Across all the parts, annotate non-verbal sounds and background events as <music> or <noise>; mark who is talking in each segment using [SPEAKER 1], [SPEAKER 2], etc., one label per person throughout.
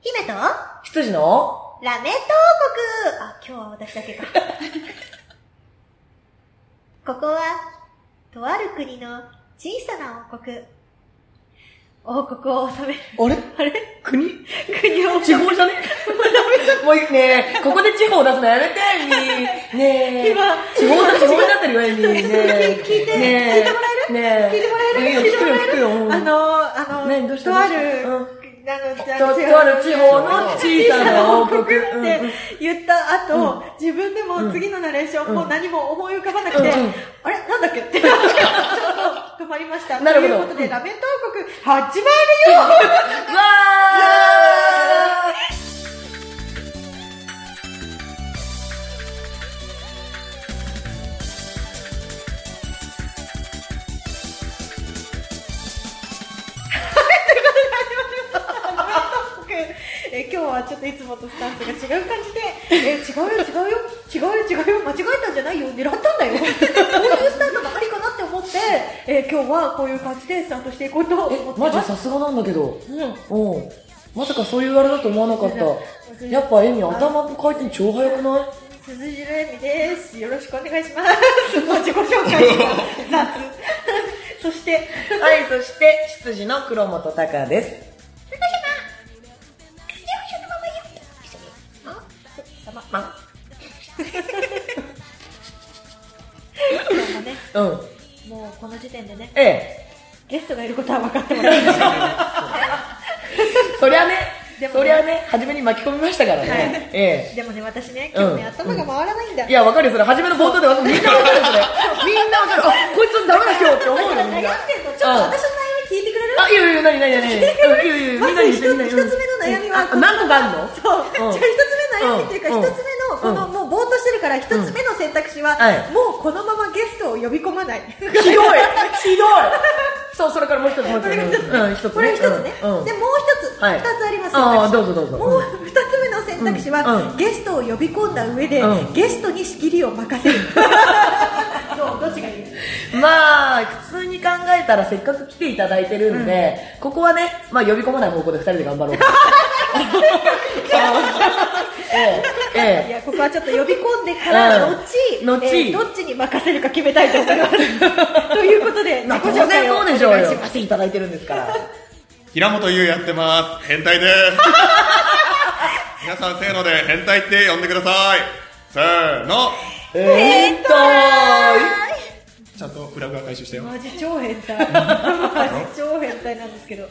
[SPEAKER 1] 姫と
[SPEAKER 2] 羊の
[SPEAKER 1] ラメット王国あ、今日は私だけか。ここは、とある国の小さな王国。王国を治める。
[SPEAKER 2] あれ
[SPEAKER 1] あれ
[SPEAKER 2] 国
[SPEAKER 1] 国を
[SPEAKER 2] 地方じゃね <laughs> もういいねえここで地方出すのやめて、 <laughs> エミー。ねえ。
[SPEAKER 1] 今
[SPEAKER 2] 地方だ、地方になってるよ、エミ <laughs> ー。ねえ。
[SPEAKER 1] 聞いて
[SPEAKER 2] ね
[SPEAKER 1] 聞いてもら
[SPEAKER 2] えるねえ。
[SPEAKER 1] 聞いてもらえる
[SPEAKER 2] いいよ、聞くよ、聞くよ。うん
[SPEAKER 1] あの、あの、
[SPEAKER 2] 何どうした
[SPEAKER 1] とあ
[SPEAKER 2] どうし
[SPEAKER 1] る、
[SPEAKER 2] たう
[SPEAKER 1] あ
[SPEAKER 2] ん
[SPEAKER 1] の、と
[SPEAKER 2] ととある地方の小さな王国。
[SPEAKER 1] っ
[SPEAKER 2] うん
[SPEAKER 1] て
[SPEAKER 2] うん
[SPEAKER 1] 言った後、自分でも次のナレーション、
[SPEAKER 2] うん
[SPEAKER 1] もう何も思い浮かばなくて、
[SPEAKER 2] うんうん
[SPEAKER 1] あれなんだっけって
[SPEAKER 2] <laughs>
[SPEAKER 1] ちょっと止まりました。
[SPEAKER 2] なるほど
[SPEAKER 1] ということで、ラメット王国、始まるよ
[SPEAKER 2] わー
[SPEAKER 1] 僕えー今日はちょっといつもとスタンスが違う感じで、えー違うよ、違うよ、違うよ、違うよ、間違えたんじゃないよ、狙ったんだ
[SPEAKER 2] <laughs>
[SPEAKER 1] よ、こういうスタートもありかなって思って、えー今日はこういう感じでスタートしていこうと思っ
[SPEAKER 2] え、
[SPEAKER 1] て
[SPEAKER 2] マジ
[SPEAKER 1] ます。
[SPEAKER 2] さすがなんだけど。
[SPEAKER 1] うん
[SPEAKER 2] うん。まさかそういうあれだと思わなかった。やっぱエミ、頭の回転超早くない
[SPEAKER 1] 鈴汁えみです。よろしくお願いします。 <laughs> もう自己紹介した雑。 <laughs> そして、
[SPEAKER 2] はい、そして、羊の黒本隆です。
[SPEAKER 1] 様今日もね、
[SPEAKER 2] うん。
[SPEAKER 1] もうこの時点でね、
[SPEAKER 2] ええ。
[SPEAKER 1] ゲストがいることは分かってもらい
[SPEAKER 2] <laughs>
[SPEAKER 1] ました。
[SPEAKER 2] そりゃね、
[SPEAKER 1] でもね
[SPEAKER 2] そりゃね、初めに巻き込みましたからね。
[SPEAKER 1] はい
[SPEAKER 2] え
[SPEAKER 1] でもね、私ね、今日ね、
[SPEAKER 2] うん
[SPEAKER 1] 頭が回らないんだ。
[SPEAKER 2] え。いや、わかるよ、それ。初めの冒頭でわかる。みんなわかるよ、それ。みんなわかる。あ、こいつダメだ今日って思
[SPEAKER 1] だか
[SPEAKER 2] うよ、
[SPEAKER 1] ら
[SPEAKER 2] みん
[SPEAKER 1] 悩んでんの。ちょ
[SPEAKER 2] な。
[SPEAKER 1] っと私の悩み聞いてくれる
[SPEAKER 2] あ、いやいや、なになになにうんいやいやいや、みんなに言ってみんなに
[SPEAKER 1] まず一つ一つ目の悩みは
[SPEAKER 2] うんあ何個かあんの
[SPEAKER 1] そう、
[SPEAKER 2] うん
[SPEAKER 1] じゃあ一つ目の悩みっていうか、
[SPEAKER 2] うん
[SPEAKER 1] 一つ目の、この、
[SPEAKER 2] う
[SPEAKER 1] もうぼーっとしてるから、一つ目の選択肢は、
[SPEAKER 2] はい
[SPEAKER 1] もうこのままゲストを呼び込ま
[SPEAKER 2] <laughs>
[SPEAKER 1] ない。
[SPEAKER 2] ひどいひどいそう、それからもう一つ、もう一つ。うん、一つね。
[SPEAKER 1] これ一つね。
[SPEAKER 2] うんうん
[SPEAKER 1] で、もう一つ、二、
[SPEAKER 2] はい
[SPEAKER 1] つあります。
[SPEAKER 2] あ
[SPEAKER 1] 選
[SPEAKER 2] あ
[SPEAKER 1] 択肢
[SPEAKER 2] どうぞどうぞ
[SPEAKER 1] もう二つ目の選択肢は、
[SPEAKER 2] うん
[SPEAKER 1] ゲストを呼び込んだ上で、
[SPEAKER 2] うん
[SPEAKER 1] ゲストに仕切りを任 <laughs> せる。どうどっちがいい
[SPEAKER 2] まあ、普通に考えたらせっかく来ていただいてるんで、ここはね、まあ呼び込まない方向で二人で頑張 <laughs> ろう。
[SPEAKER 1] い
[SPEAKER 2] ええ、ええ。
[SPEAKER 1] や、ここはちょっと呼び込んでから、
[SPEAKER 2] うん
[SPEAKER 1] 後、
[SPEAKER 2] 後
[SPEAKER 1] えーどっちに任せるか決めたいと思い <laughs> ます。ということで、
[SPEAKER 2] まあ
[SPEAKER 1] 自己
[SPEAKER 2] 当
[SPEAKER 1] 紹介
[SPEAKER 2] 然
[SPEAKER 1] をお
[SPEAKER 2] そ
[SPEAKER 1] 願
[SPEAKER 2] うで
[SPEAKER 1] い
[SPEAKER 2] し
[SPEAKER 1] し
[SPEAKER 2] ょうよ。
[SPEAKER 1] ま
[SPEAKER 2] 来
[SPEAKER 1] す。
[SPEAKER 2] ていただいてるんですから。
[SPEAKER 3] 平本優やってます変態です皆さんせーので変態って呼んでくださいせーの
[SPEAKER 2] えっと
[SPEAKER 3] ちゃんとフラグは回収してよ
[SPEAKER 1] マジ超変 <laughs> 態。マジ超変態なんですけど。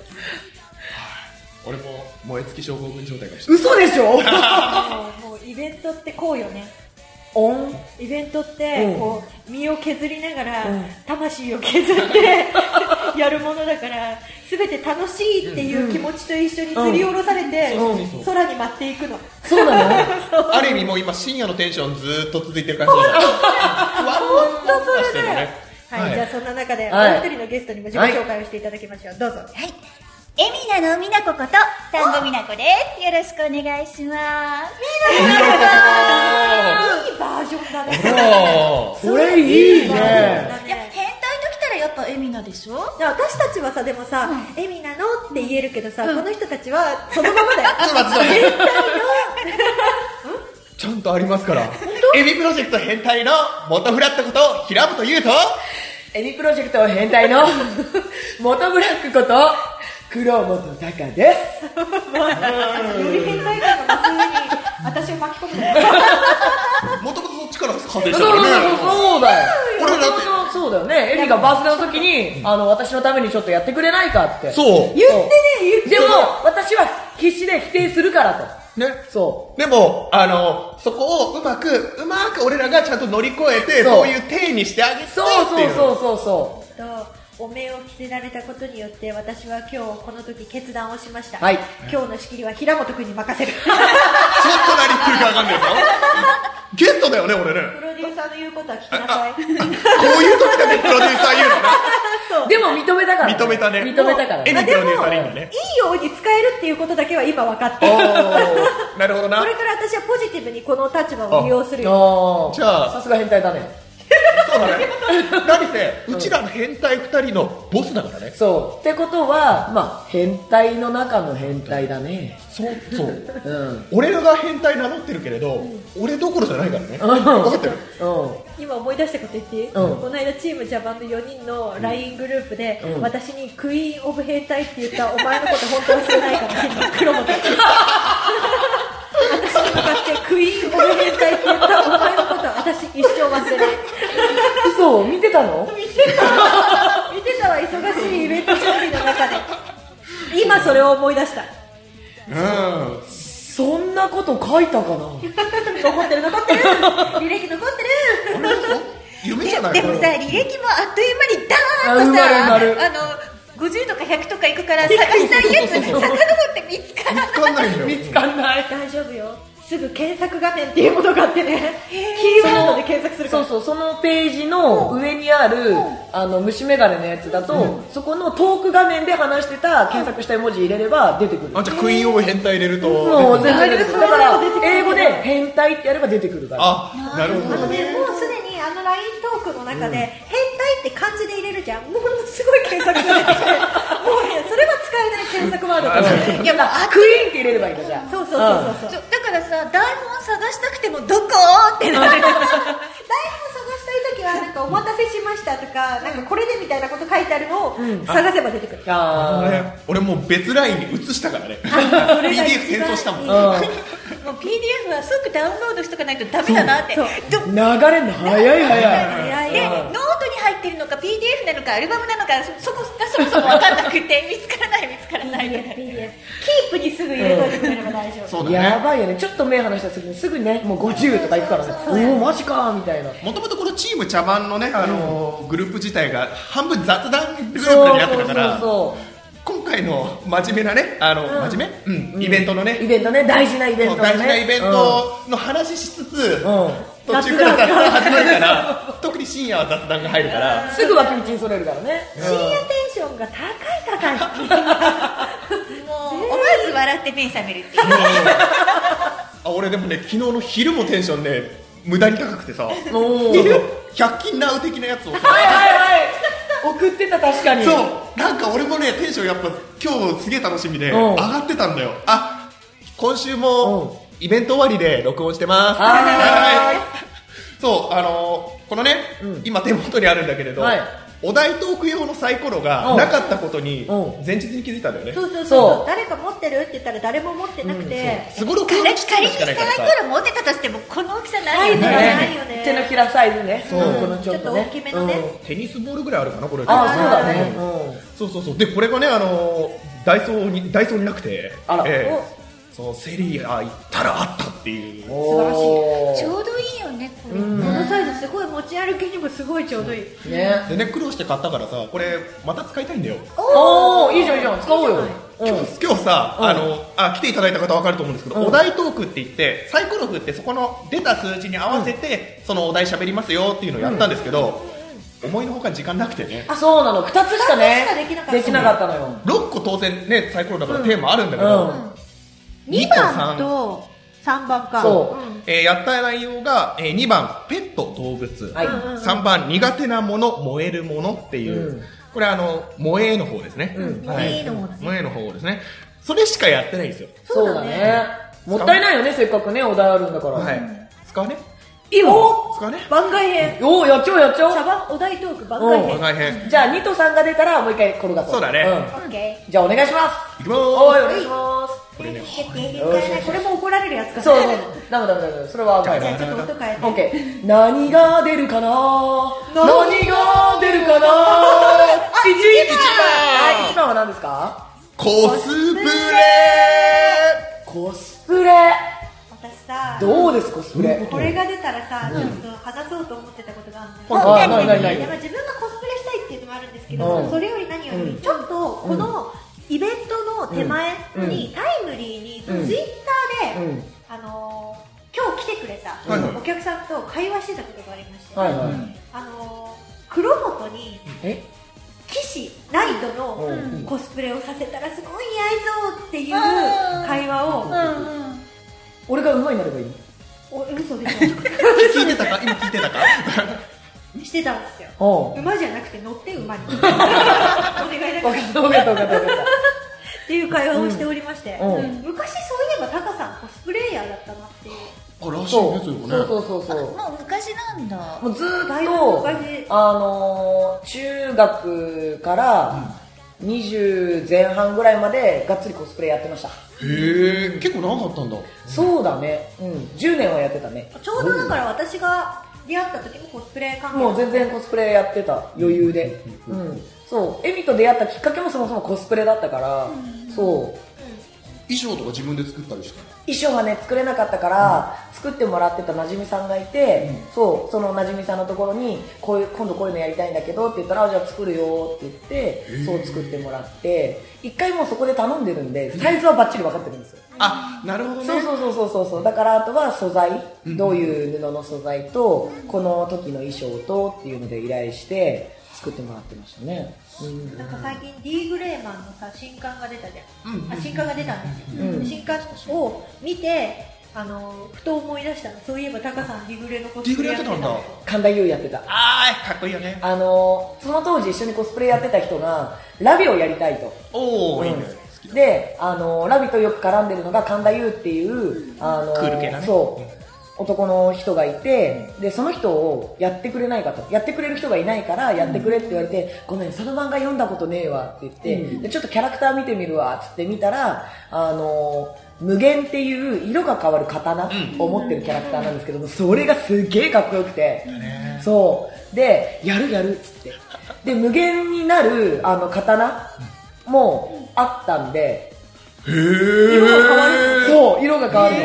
[SPEAKER 3] 俺も燃え尽き症候群状態かもしれ
[SPEAKER 1] <laughs>
[SPEAKER 2] 嘘でしょ
[SPEAKER 1] あのもうイベントってこうよね。
[SPEAKER 2] オン
[SPEAKER 1] イベントって
[SPEAKER 2] うん
[SPEAKER 1] こう身を削りながら
[SPEAKER 2] うん
[SPEAKER 1] 魂を削って <laughs> やるものだから全て楽しいっていう気持ちと一緒にすり下ろされて
[SPEAKER 2] うん
[SPEAKER 3] うん
[SPEAKER 1] 空に舞っていくの。
[SPEAKER 2] <laughs> そうなの
[SPEAKER 3] ないある意味もう今深夜のテンションずーっと続いてる感じだよ
[SPEAKER 1] 本当それだよ、はい、
[SPEAKER 3] はい
[SPEAKER 1] じゃあそんな中で、
[SPEAKER 2] はい
[SPEAKER 1] もう一人のゲストにも自己紹介をしていただきましょう、どうぞ
[SPEAKER 4] はい。エミナのみなここと、サンドみなこです。よろしくお願いします。
[SPEAKER 1] いいバージョンだね
[SPEAKER 3] ほ
[SPEAKER 2] それいいね。
[SPEAKER 1] だ
[SPEAKER 4] いや、変態と来たらやっぱエミナでしょ
[SPEAKER 1] で私たちはさでもさ、エミなのって言えるけどさ、この人たちはそのままだよ
[SPEAKER 3] らちょっと待ってちょっと待ってちゃんとありますからエビプロジェクト変態の元フラットこと平本優と
[SPEAKER 2] エミプロジェクト変態の <laughs> 元ブラックこと黒本隆です。
[SPEAKER 1] より変態感が普通に私を巻き込むね
[SPEAKER 3] もともとそっちから派生し
[SPEAKER 2] そう
[SPEAKER 3] たか
[SPEAKER 2] そう
[SPEAKER 3] らね
[SPEAKER 2] そうだよ。
[SPEAKER 3] 俺だって
[SPEAKER 2] そうだよね。エミがバースデーの時に、あの、私のためにちょっとやってくれないかって。
[SPEAKER 3] そう
[SPEAKER 1] 言ってね言って
[SPEAKER 2] で
[SPEAKER 1] ね
[SPEAKER 2] も、私は必死で否定するからと。
[SPEAKER 3] ね
[SPEAKER 2] そ
[SPEAKER 3] でも、あの、そこをうまく、うまく俺らがちゃんと乗り越えて、
[SPEAKER 2] そう
[SPEAKER 3] そういう体にしてあげて
[SPEAKER 2] う。
[SPEAKER 3] っていう。
[SPEAKER 2] そうそうそうそうそ
[SPEAKER 1] とお面を着せられたことによって私は今日この時決断をしました、
[SPEAKER 2] はい
[SPEAKER 1] 今日の仕切りは平本君に任せる
[SPEAKER 3] ちょっと何言ってるかわかんないよ。ゲストだよね、俺ね。
[SPEAKER 1] プロデューサーの言うことは聞きな <laughs> さい
[SPEAKER 3] こういう時だけプロデューサー言うのね。
[SPEAKER 2] う。でも認めたから。
[SPEAKER 3] 認めたね
[SPEAKER 2] 認めたから
[SPEAKER 3] エ
[SPEAKER 2] ね。
[SPEAKER 3] ミプロデューサーリングね。
[SPEAKER 1] いいように使えるっていうことだけは今分かった。こ
[SPEAKER 3] なるほどな
[SPEAKER 1] れ。から私はポジティブにこの立場を利用するよ。
[SPEAKER 2] あー
[SPEAKER 3] じゃあ
[SPEAKER 2] さすが変態だね。
[SPEAKER 3] そうだね。何せ、うちらの変態二人のボスだからね。
[SPEAKER 2] そうってことはまあ変態の中の変態だね
[SPEAKER 3] そう、そう。
[SPEAKER 2] うん
[SPEAKER 3] 俺が変態名乗ってるけれど、俺どころじゃないからね。分かってる。
[SPEAKER 2] うん
[SPEAKER 1] 今思い出したこと言っていい、
[SPEAKER 2] うん
[SPEAKER 1] この間チームジャパンの4人の LINE グループで、
[SPEAKER 2] うん
[SPEAKER 1] 私にクイーン・オブ・変態って言ったお前のこと本当忘れないから黒本私に向かってクイーン・オブ・変態って言ったお前のことは私一生忘
[SPEAKER 2] <laughs>
[SPEAKER 1] れない
[SPEAKER 2] 嘘見てたの
[SPEAKER 1] 見てた見てたわ忙しいイベント準備の中で今それを思い出した
[SPEAKER 3] うん。
[SPEAKER 2] そんなこと書いたかな
[SPEAKER 1] 残ってる残
[SPEAKER 2] <laughs>
[SPEAKER 1] ってる履歴残ってる
[SPEAKER 3] 俺の夢じゃない
[SPEAKER 4] でもさ履歴もあっという間にダ
[SPEAKER 2] あ埋ま
[SPEAKER 4] ーン
[SPEAKER 2] る埋
[SPEAKER 4] とさあの50とか100とかいくから探したいやつ遡って見つからない
[SPEAKER 3] 分かんないんだよ。
[SPEAKER 2] 見つかんない
[SPEAKER 1] 大丈夫よすぐ検索画面っていうものがあってねキーワードで検索するか
[SPEAKER 2] そ
[SPEAKER 1] ら
[SPEAKER 2] うそうそのページの上にある、あの虫眼鏡のやつだと、そこのトーク画面で話してた検索した絵文字入れれば出てくる
[SPEAKER 3] あ、じゃあクイーンオブ変態入れると。
[SPEAKER 2] もう全然出てくるだから
[SPEAKER 1] なるほど
[SPEAKER 2] 英語で「変態」ってやれば出てくるから
[SPEAKER 3] あ、なるほ
[SPEAKER 1] あ
[SPEAKER 3] ど
[SPEAKER 1] のね、
[SPEAKER 3] ね。
[SPEAKER 1] もうすでにあの LINE トークの中で、変態って漢字で入れるじゃん、ものすごい検索が出てきて、 <laughs> もうね、それは使えない検索ワードだね。
[SPEAKER 2] いやまあクイーンって入れればいいんだじゃあ
[SPEAKER 1] そうそうそうそうそう。
[SPEAKER 4] そうだからさ台本探したくてもどこってな
[SPEAKER 1] <laughs>
[SPEAKER 4] る
[SPEAKER 1] 台本探したい時はなんかお待たせしましたとか、なんかこれでみたいなこと書いてあるのを探せば出てくる。
[SPEAKER 2] あー
[SPEAKER 3] 俺俺もう別ラインに移したから
[SPEAKER 2] <laughs>
[SPEAKER 3] ね。
[SPEAKER 1] それが
[SPEAKER 3] PDF
[SPEAKER 1] 一
[SPEAKER 3] 転
[SPEAKER 1] 番
[SPEAKER 3] 送したもん。
[SPEAKER 2] うん
[SPEAKER 4] もう PDF は即ダウンロードしとかないとダメだなって
[SPEAKER 1] そう
[SPEAKER 4] ど
[SPEAKER 2] 流れんの早い早い
[SPEAKER 1] 早い
[SPEAKER 4] でノートに入ってるのか PDF なのかアルバムなのかそそこがそもそも分かんなくて見つからない見つからないみた
[SPEAKER 1] PDF キ
[SPEAKER 4] いな
[SPEAKER 1] ープにすぐ入れといてくれれば大丈夫。
[SPEAKER 3] そうだね
[SPEAKER 2] や。ばいよねちょっと目離した時にすぐねもう50とかいくからねおおマジかーみたいな
[SPEAKER 3] もともとこのチーム茶番のね、あのーグループ自体が半分雑談グループでやってたから
[SPEAKER 2] そう
[SPEAKER 3] 今回の真面目なねあの、真面目、うん、イベントの
[SPEAKER 2] イ
[SPEAKER 3] ね、
[SPEAKER 2] ベントね大事なイベントね
[SPEAKER 3] 大事なイベントの話しつつ、
[SPEAKER 2] うんうん
[SPEAKER 3] 途中から雑談始まるから特に深夜は雑談が入るから
[SPEAKER 2] すぐ脇道にそれるからね
[SPEAKER 1] 深夜テンションが高い高い。
[SPEAKER 4] もう思わず笑って目覚めるっていう <laughs>
[SPEAKER 3] あ俺でもね昨日の昼もテンションね無駄に高くてさ
[SPEAKER 2] おおはい
[SPEAKER 3] <laughs> 100均ナウ的なやつをさ
[SPEAKER 2] はいはい送ってた確かに
[SPEAKER 3] そうなんか俺もねテンションやっぱ今日すげえ楽しみで
[SPEAKER 2] うん
[SPEAKER 3] 上がってたんだよあ今週もイベント終わりで録音してます
[SPEAKER 2] はーい
[SPEAKER 3] いそうあのーこのね、
[SPEAKER 2] うん
[SPEAKER 3] 今手元にあるんだけれど、
[SPEAKER 2] はい
[SPEAKER 3] お題トーク用のサイコロ
[SPEAKER 2] う
[SPEAKER 3] が
[SPEAKER 2] ん
[SPEAKER 3] なかったことに
[SPEAKER 2] うん
[SPEAKER 3] 前日に気づいたんだよね
[SPEAKER 1] そうそうそう
[SPEAKER 2] そう
[SPEAKER 1] 誰か持ってるって言ったら誰も持ってなくて、
[SPEAKER 3] すごろく
[SPEAKER 4] 仮
[SPEAKER 3] 用
[SPEAKER 4] に
[SPEAKER 3] のちっちゃいのし
[SPEAKER 4] サ
[SPEAKER 3] かないからさ
[SPEAKER 4] イコロ持ってたとしてもこの大きさな
[SPEAKER 1] サ
[SPEAKER 4] いよ
[SPEAKER 1] イズが
[SPEAKER 4] ね
[SPEAKER 1] ないよね
[SPEAKER 2] 手のひらサイズね
[SPEAKER 3] う
[SPEAKER 2] この
[SPEAKER 1] ちょっと大きめのね
[SPEAKER 2] うん
[SPEAKER 3] テニスボールぐらいあるかなこれ
[SPEAKER 2] ああそうだねうん
[SPEAKER 3] そうそうそうでこれがねあのーダイソーにダイソーになくて
[SPEAKER 2] あら
[SPEAKER 3] ええそのセリア行ったらあったっていう
[SPEAKER 2] 素
[SPEAKER 4] ち
[SPEAKER 2] 晴
[SPEAKER 4] ょうどいいよねこれ
[SPEAKER 2] うん
[SPEAKER 1] このサイズすごい持ち歩きにもすごいちょうどいい、
[SPEAKER 2] しいね
[SPEAKER 3] でね苦労して買ったからさこれまた使いたいんだよ
[SPEAKER 2] おおいいじゃんいいじゃん使おうようん
[SPEAKER 3] 今日今日さ、
[SPEAKER 2] うん
[SPEAKER 3] あのあ来ていただいた方わかると思うんですけど、
[SPEAKER 2] うん
[SPEAKER 3] お題トークって言ってサイコロ振ってそこの出た数字に合わせて、そのお題喋りますよっていうのをやったんですけど、思いのほか時間なくてね
[SPEAKER 2] あそうなの2つしか
[SPEAKER 1] 二
[SPEAKER 2] ね
[SPEAKER 1] つしかできなかった
[SPEAKER 2] できなかったのよ
[SPEAKER 3] 6個当然ねサイコロだからテーマあるんだけ
[SPEAKER 2] う
[SPEAKER 3] ど、
[SPEAKER 2] ん
[SPEAKER 3] 二
[SPEAKER 1] 2
[SPEAKER 3] 個
[SPEAKER 1] 番と3番か
[SPEAKER 2] そうん
[SPEAKER 3] えーやった内容が、えー2番ペット動物、
[SPEAKER 2] はい
[SPEAKER 3] 3番苦手なもの燃えるものっていう、
[SPEAKER 2] うん
[SPEAKER 3] これあの萌えの方ですね、
[SPEAKER 2] うん
[SPEAKER 3] はい
[SPEAKER 1] 萌えの方
[SPEAKER 3] 萌えの方ですねそれしかやってないんですよ
[SPEAKER 2] そうだねもったいないよねせっかくねお題あるんだから
[SPEAKER 3] はい。使わね
[SPEAKER 2] 今
[SPEAKER 3] 使わね
[SPEAKER 1] 番外編
[SPEAKER 2] おおやっちゃおうやっちゃおう
[SPEAKER 1] 茶番お題トーク番外
[SPEAKER 3] 番
[SPEAKER 1] 編
[SPEAKER 3] 外編。
[SPEAKER 2] じゃあ2と3が出たらもう一回転がそう
[SPEAKER 3] そうだね
[SPEAKER 4] ケ
[SPEAKER 2] うんじゃあお願いします
[SPEAKER 3] いきまー
[SPEAKER 2] お
[SPEAKER 3] す
[SPEAKER 2] いお願いします
[SPEAKER 3] これね、
[SPEAKER 1] これも怒られるやつか
[SPEAKER 2] そうそうダメダメダメそれは赤い
[SPEAKER 1] じゃあ
[SPEAKER 2] な
[SPEAKER 1] ちょっと音変えて
[SPEAKER 2] オッケー何が出るかな何が出るかな一一番はい一番は何ですか
[SPEAKER 3] コスプレ
[SPEAKER 2] コスプレ
[SPEAKER 1] 私さ
[SPEAKER 2] どうですコスプレ
[SPEAKER 1] これが出たらさ、ちょっと話そうと思ってたことがあるんだよ
[SPEAKER 2] ああないないな
[SPEAKER 1] やっぱ
[SPEAKER 2] い
[SPEAKER 1] 自分がコスプレしたいっていうのもあるんですけ
[SPEAKER 2] うん
[SPEAKER 1] ど、それより何より、ちょっとこのイベントの手前
[SPEAKER 2] う
[SPEAKER 1] にタイムリーにツイ
[SPEAKER 2] ん
[SPEAKER 1] ッター
[SPEAKER 2] うん
[SPEAKER 1] で、あのー今日来てくれた
[SPEAKER 3] はいはい
[SPEAKER 1] お客さんと会話してたことがありまして、
[SPEAKER 2] はい
[SPEAKER 1] あ
[SPEAKER 2] はい
[SPEAKER 1] のー黒本に
[SPEAKER 2] え
[SPEAKER 1] 騎士ナイトの
[SPEAKER 2] うん
[SPEAKER 1] コスプレをさせたらすごい似合いそうっていう
[SPEAKER 4] うん
[SPEAKER 1] 会話を、
[SPEAKER 2] 俺が馬になればいい
[SPEAKER 1] お嘘でしょ
[SPEAKER 3] 聞いてたか今聞いてたか
[SPEAKER 1] <laughs> してたんですよ
[SPEAKER 2] おう
[SPEAKER 1] 馬じゃなくて乗って馬にお願いだか
[SPEAKER 2] 分か
[SPEAKER 1] っ
[SPEAKER 2] らった分かった分かった分かった
[SPEAKER 1] ていう会話をしておりまして、
[SPEAKER 2] うん
[SPEAKER 1] うん昔そういえばタカさんコスプレイヤーだったなっていう
[SPEAKER 3] あらしい
[SPEAKER 2] そう
[SPEAKER 3] ね
[SPEAKER 2] そ
[SPEAKER 3] そうういえばね
[SPEAKER 2] そうそうそう
[SPEAKER 4] もう昔なんだ
[SPEAKER 2] もうずーっ
[SPEAKER 1] だいぶ昔
[SPEAKER 2] と、あのー中学から20前半ぐらいまでがっつりコスプレやってました、
[SPEAKER 3] へえ結構長かったんだ
[SPEAKER 2] そうだね、うん、10年はやってたね
[SPEAKER 1] ちょうどだから私が出会った時もコスプレ関係
[SPEAKER 2] もう全然コスプレやってた余裕で、うん、そうエミと出会ったきっかけもそもそもコスプレだったから、そう
[SPEAKER 3] 衣装とか自分で作ったりして
[SPEAKER 2] 衣装はね作れなかったから、作ってもらってたなじみさんがいて、そうそのなじみさんのところにこういう今度こういうのやりたいんだけどって言ったらあじゃあ作るよって言ってそう作ってもらって一回もうそこで頼んでるんでサイズはバッチリ分かってるんですよ、
[SPEAKER 3] あなるほど
[SPEAKER 2] そうそうそうそうそうそうだからあとは素材どういう布の素材とこの時の衣装とっていうので依頼して作ってもらってましたね、うん
[SPEAKER 1] なんか最近 D グレーマンのさ新刊が出たじゃん、あ新刊が出たんですよ、
[SPEAKER 2] うん
[SPEAKER 1] 新刊を見てあのふと思い出したのそういえばタカさん D グレーのコスプレやってたんだ
[SPEAKER 3] D グレやって
[SPEAKER 2] 神田優やってた
[SPEAKER 3] ああかっこいいよね
[SPEAKER 2] あのその当時一緒にコスプレやってた人がラビをやりたいと
[SPEAKER 3] おおいい
[SPEAKER 2] うん
[SPEAKER 3] ね
[SPEAKER 2] で、あの、ラビとよく絡んでるのが神田優っていう、あの、
[SPEAKER 3] クール系なね
[SPEAKER 2] そう、男の人がいて、で、その人をやってくれないかと、やってくれる人がいないからやってくれって言われて、ごめん、その漫画読んだことねえわって言って、でちょっとキャラクター見てみるわってって見たら、あの、無限っていう色が変わる刀を持ってるキャラクターなんですけども、それがすげえかっこよくて、そう。で、やるやるっつって。で、無限になる、あの、刀もあったんで、
[SPEAKER 3] へえ
[SPEAKER 2] 色が変わる、そう色が変わる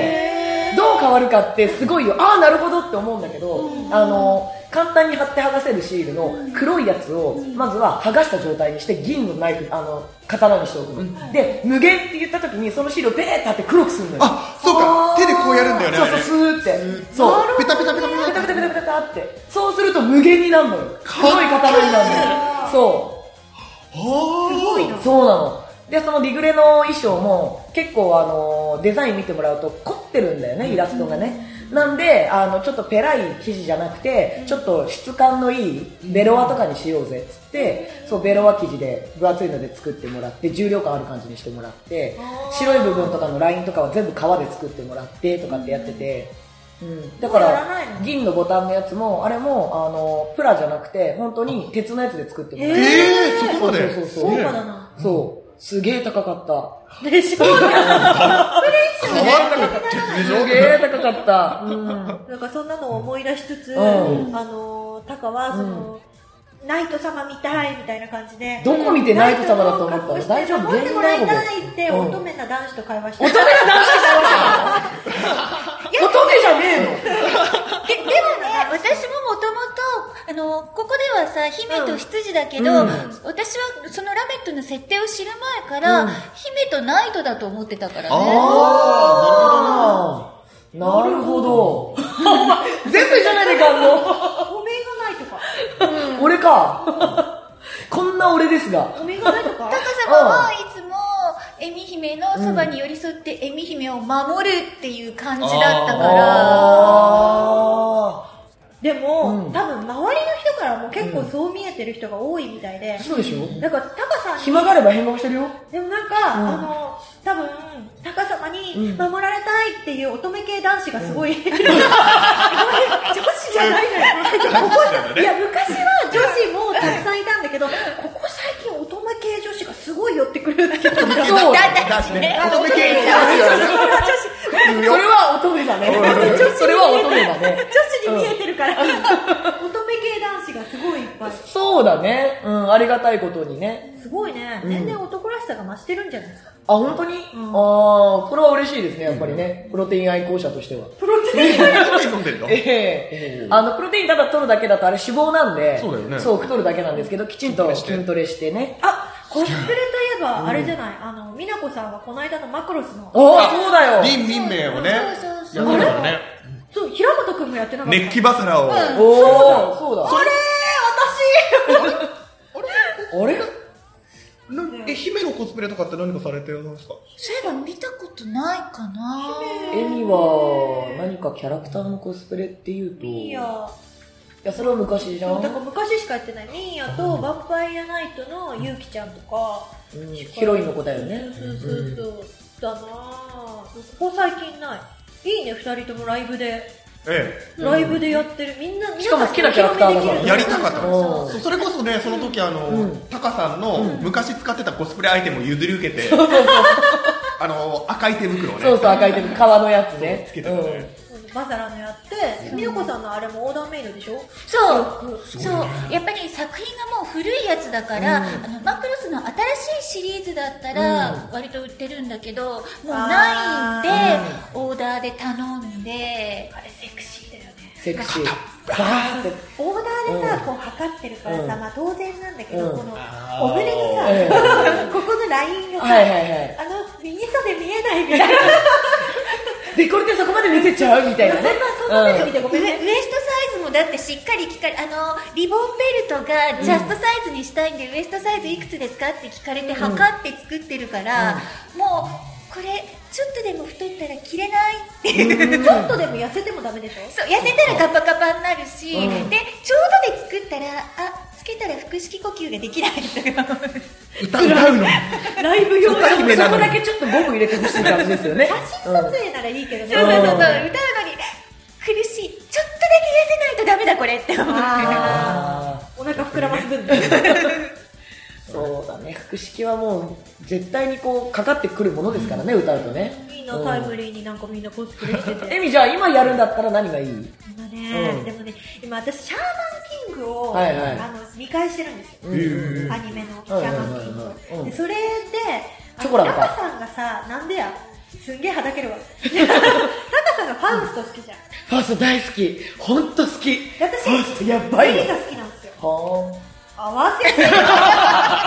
[SPEAKER 2] の、どう変わるかってすごいよああなるほどって思うんだけど、あの簡単に貼って剥がせるシールの黒いやつをまずは剥がした状態にして銀のナイフあの刀にしておくの、で無限って言った時にそのシールをベーって貼って黒くするのよ
[SPEAKER 3] あそうか手でこうやるんだよね
[SPEAKER 2] そう
[SPEAKER 3] あ
[SPEAKER 2] そう
[SPEAKER 3] れ
[SPEAKER 2] スーってそう
[SPEAKER 3] ペタペタペタ
[SPEAKER 2] ペ
[SPEAKER 3] ペ
[SPEAKER 2] タ
[SPEAKER 3] タ
[SPEAKER 2] ペタペタペタペタってそうすると無限になるのよ黒い刀になるのよそう
[SPEAKER 3] あ
[SPEAKER 2] そうなの。で、そのリグレの衣装も結構あのデザイン見てもらうと凝ってるんだよね、イラストがね。なんで、あの、ちょっとペラい生地じゃなくて、ちょっと質感のいいベロアとかにしようぜっつって、そう、ベロア生地で分厚いので作ってもらって、重量感ある感じにしてもらって、白い部分とかのラインとかは全部革で作ってもらってとかってやってて、うん、だか
[SPEAKER 1] もうやらない
[SPEAKER 2] ら
[SPEAKER 1] の
[SPEAKER 2] 銀のボタンのやつもあれもあのプラじゃなくて本当に鉄のやつで作ってもらって、
[SPEAKER 3] ええそこまで
[SPEAKER 2] そうそうそう
[SPEAKER 1] 豪華
[SPEAKER 3] ね
[SPEAKER 1] だな
[SPEAKER 2] そう。すげえ高かった。
[SPEAKER 1] でしょ
[SPEAKER 3] 変わったか
[SPEAKER 2] すげえ高かった。うん。
[SPEAKER 1] なんかそんなのを思い出しつつ、
[SPEAKER 2] うん
[SPEAKER 1] あのタカはその、ナイト様見たいみたいな感じで
[SPEAKER 2] どこ見てナイト様だと思ったの
[SPEAKER 1] ナイ
[SPEAKER 2] 大
[SPEAKER 1] ト
[SPEAKER 2] 丈
[SPEAKER 1] の
[SPEAKER 2] 夫
[SPEAKER 1] 格好して守ってもらいたいって
[SPEAKER 2] うん
[SPEAKER 1] 乙女な男子と会話して
[SPEAKER 2] 乙女が男子じゃん乙女じゃねえ
[SPEAKER 4] ででもね私ももともとあのここではさ姫と羊だけど、
[SPEAKER 2] うん
[SPEAKER 4] 私はそのラメットの設定を知る前から、
[SPEAKER 2] うん
[SPEAKER 4] 姫とナイトだと思ってたからね
[SPEAKER 3] あ
[SPEAKER 2] のなるほど。全部じゃないでかん
[SPEAKER 1] おめえがないとか
[SPEAKER 2] の。俺か。こんな俺ですが。
[SPEAKER 1] おめえがないと
[SPEAKER 2] <laughs>
[SPEAKER 1] か
[SPEAKER 4] 高様はいつもえみ姫のそばに寄り添ってえみ姫を守るっていう感じだったから
[SPEAKER 2] あ
[SPEAKER 1] でも、
[SPEAKER 2] うん
[SPEAKER 1] 多分周りの人からも結構そう見えてる人が多いみたいで
[SPEAKER 2] ー。、そうでしょ
[SPEAKER 1] なんかタカさんに
[SPEAKER 2] 暇があれば変顔してるよ。
[SPEAKER 1] でもなんか、
[SPEAKER 2] うん
[SPEAKER 1] あの多分タカ様に
[SPEAKER 2] うん
[SPEAKER 1] 守られたいっていう乙女系男子が <laughs> すごい、女子じゃない
[SPEAKER 2] <laughs>
[SPEAKER 1] のよ
[SPEAKER 3] 男子なん
[SPEAKER 1] い
[SPEAKER 3] だね
[SPEAKER 1] や昔は女子もたくさんいたんだけどここ最近乙女系女子がすごい寄ってくるんだけど
[SPEAKER 2] そう。それ
[SPEAKER 4] だったしね
[SPEAKER 3] 乙女系
[SPEAKER 2] は乙女だね。それは乙女だね。
[SPEAKER 1] 女子に見えてるから、乙女系男子がすごいいっぱい
[SPEAKER 2] そうだね。うん、ありがたいことにね。
[SPEAKER 1] すごいね
[SPEAKER 2] うん
[SPEAKER 1] 年々男らしさが増してるんじゃないですか
[SPEAKER 2] あ、本当に、ああ、これは嬉しいですね、やっぱりね。プロテイン愛好者としては。
[SPEAKER 1] プロテイン
[SPEAKER 3] 何飲んでんの
[SPEAKER 2] <laughs> ええあの、プロテインただ取るだけだとあれ脂肪なんで、
[SPEAKER 3] そうだよね
[SPEAKER 2] そう、太るだけなんですけど、きちんと筋トレしてね。
[SPEAKER 1] あコスプレといえばあれじゃない、あの美奈子さんがこの間のマクロスの
[SPEAKER 2] ああ、そうだよ。
[SPEAKER 3] リンリン名をね
[SPEAKER 4] そうそ
[SPEAKER 3] や
[SPEAKER 4] うそう
[SPEAKER 3] ってたからね
[SPEAKER 1] そう平本君もやってなかった
[SPEAKER 3] 熱気バサラを
[SPEAKER 4] うん
[SPEAKER 2] おお、そうだ。
[SPEAKER 1] あれ
[SPEAKER 2] あれ
[SPEAKER 3] なえ姫のコスプレとかって何かされてるんですか
[SPEAKER 4] そういえば見たことないかな
[SPEAKER 2] エミは、何かキャラクターのコスプレっていうと、
[SPEAKER 1] 私いいよ
[SPEAKER 2] や、それは昔じゃ
[SPEAKER 1] そ
[SPEAKER 2] ん
[SPEAKER 1] うだ。から昔しかやってないミーヤとヴァンパイアナイトのゆうきちゃんとか、
[SPEAKER 2] うんヒロインの子だよね
[SPEAKER 1] そうそうそうそう、だなぁここ最近ないいいね2人ともライブで
[SPEAKER 3] え
[SPEAKER 1] ライブでやってるみんな
[SPEAKER 2] しかも好きなキャラクターだから
[SPEAKER 3] やりたかった
[SPEAKER 2] の
[SPEAKER 3] えそそれこそねその時あの、
[SPEAKER 2] うん
[SPEAKER 3] タカさんの昔使ってたコスプレアイテムを譲り受けて、 <laughs> あの赤い手袋をね
[SPEAKER 2] そうそう、赤い手に革のやつね。
[SPEAKER 3] つけてたね、
[SPEAKER 2] うん
[SPEAKER 1] バザラのやって美代子さんのあれもオーダーメイドでしょ
[SPEAKER 4] そう、そう、やっぱり作品がもう古いやつだから、あのマクロスの新しいシリーズだったら、割と売ってるんだけど、もうないんで
[SPEAKER 1] あ、
[SPEAKER 4] オーダーで頼んで、
[SPEAKER 1] あれセクシーだよね
[SPEAKER 2] セクシー。バーって。
[SPEAKER 1] オーダーでさ、
[SPEAKER 2] うん
[SPEAKER 1] こう測ってるからさ、
[SPEAKER 2] うん
[SPEAKER 1] まあ当然なんだけど、
[SPEAKER 2] う
[SPEAKER 1] こ
[SPEAKER 2] ん
[SPEAKER 1] の
[SPEAKER 3] あー
[SPEAKER 1] お胸にさ、
[SPEAKER 2] え
[SPEAKER 1] <laughs> ここのラインがさ、
[SPEAKER 2] はいはいはい
[SPEAKER 1] あの右袖見えないみたいな
[SPEAKER 2] デコルテそこまで見せちゃうみたいなね。
[SPEAKER 1] そんなそんな目で見てご
[SPEAKER 4] ウ
[SPEAKER 1] め
[SPEAKER 4] エ
[SPEAKER 1] ん
[SPEAKER 4] ウ
[SPEAKER 1] ね、
[SPEAKER 4] エストサイズもだってしっかり聞かれあのリボンベルトがジャストサイズにしたいんで、ウエストサイズいくつですかって聞かれて測って作ってるから、もうこれちょっとでも太ったら着れないっ
[SPEAKER 1] <laughs>
[SPEAKER 4] ていう
[SPEAKER 1] ちょっとでも痩せてもダメでしょ
[SPEAKER 4] そう痩せたらカッパカッパになるし、
[SPEAKER 2] うん
[SPEAKER 4] でちょうどで作ったらあつけたら腹式呼吸ができないとか
[SPEAKER 3] 歌歌うの
[SPEAKER 1] ライブ用
[SPEAKER 2] そ
[SPEAKER 1] の
[SPEAKER 2] こそこだけちょっとゴム入れてほしい感じですよね。
[SPEAKER 1] 写真撮影ならいいけどね、
[SPEAKER 4] そうそうそうそう歌うの
[SPEAKER 2] ん
[SPEAKER 4] に苦しいちょっとだけ痩せないとダメだこれって思う
[SPEAKER 1] あー
[SPEAKER 2] あ
[SPEAKER 1] お腹膨らます分
[SPEAKER 2] <laughs>
[SPEAKER 1] ね
[SPEAKER 2] ーそうだね。腹式はもう、絶対にこう、かかってくるものですからね、歌うとね。
[SPEAKER 1] みんなタイムリーになんかみんなコスプレしてて
[SPEAKER 2] えみじゃあ今やるんだったら何がいい
[SPEAKER 1] 今ね、
[SPEAKER 2] うん
[SPEAKER 1] でもね今私シャーマンキングを、
[SPEAKER 2] はいはい
[SPEAKER 1] あの見返してるんですよ、
[SPEAKER 3] うん
[SPEAKER 1] アニメのシャーマンキングを、
[SPEAKER 2] はいはいはいはいうん
[SPEAKER 1] でそれであ
[SPEAKER 2] チ
[SPEAKER 1] の
[SPEAKER 2] ョコラ
[SPEAKER 1] タ
[SPEAKER 2] の
[SPEAKER 1] カ
[SPEAKER 2] か
[SPEAKER 1] さんがさなんでやすんげえはだけるわ <laughs> タカさんがファウスト好きじゃん
[SPEAKER 2] ファースト大好き本当好き
[SPEAKER 1] 私
[SPEAKER 2] ファーストやばい
[SPEAKER 1] ベ
[SPEAKER 2] よ
[SPEAKER 1] リーが好きなんですよ
[SPEAKER 2] は
[SPEAKER 1] 合わせてよ <laughs> お前が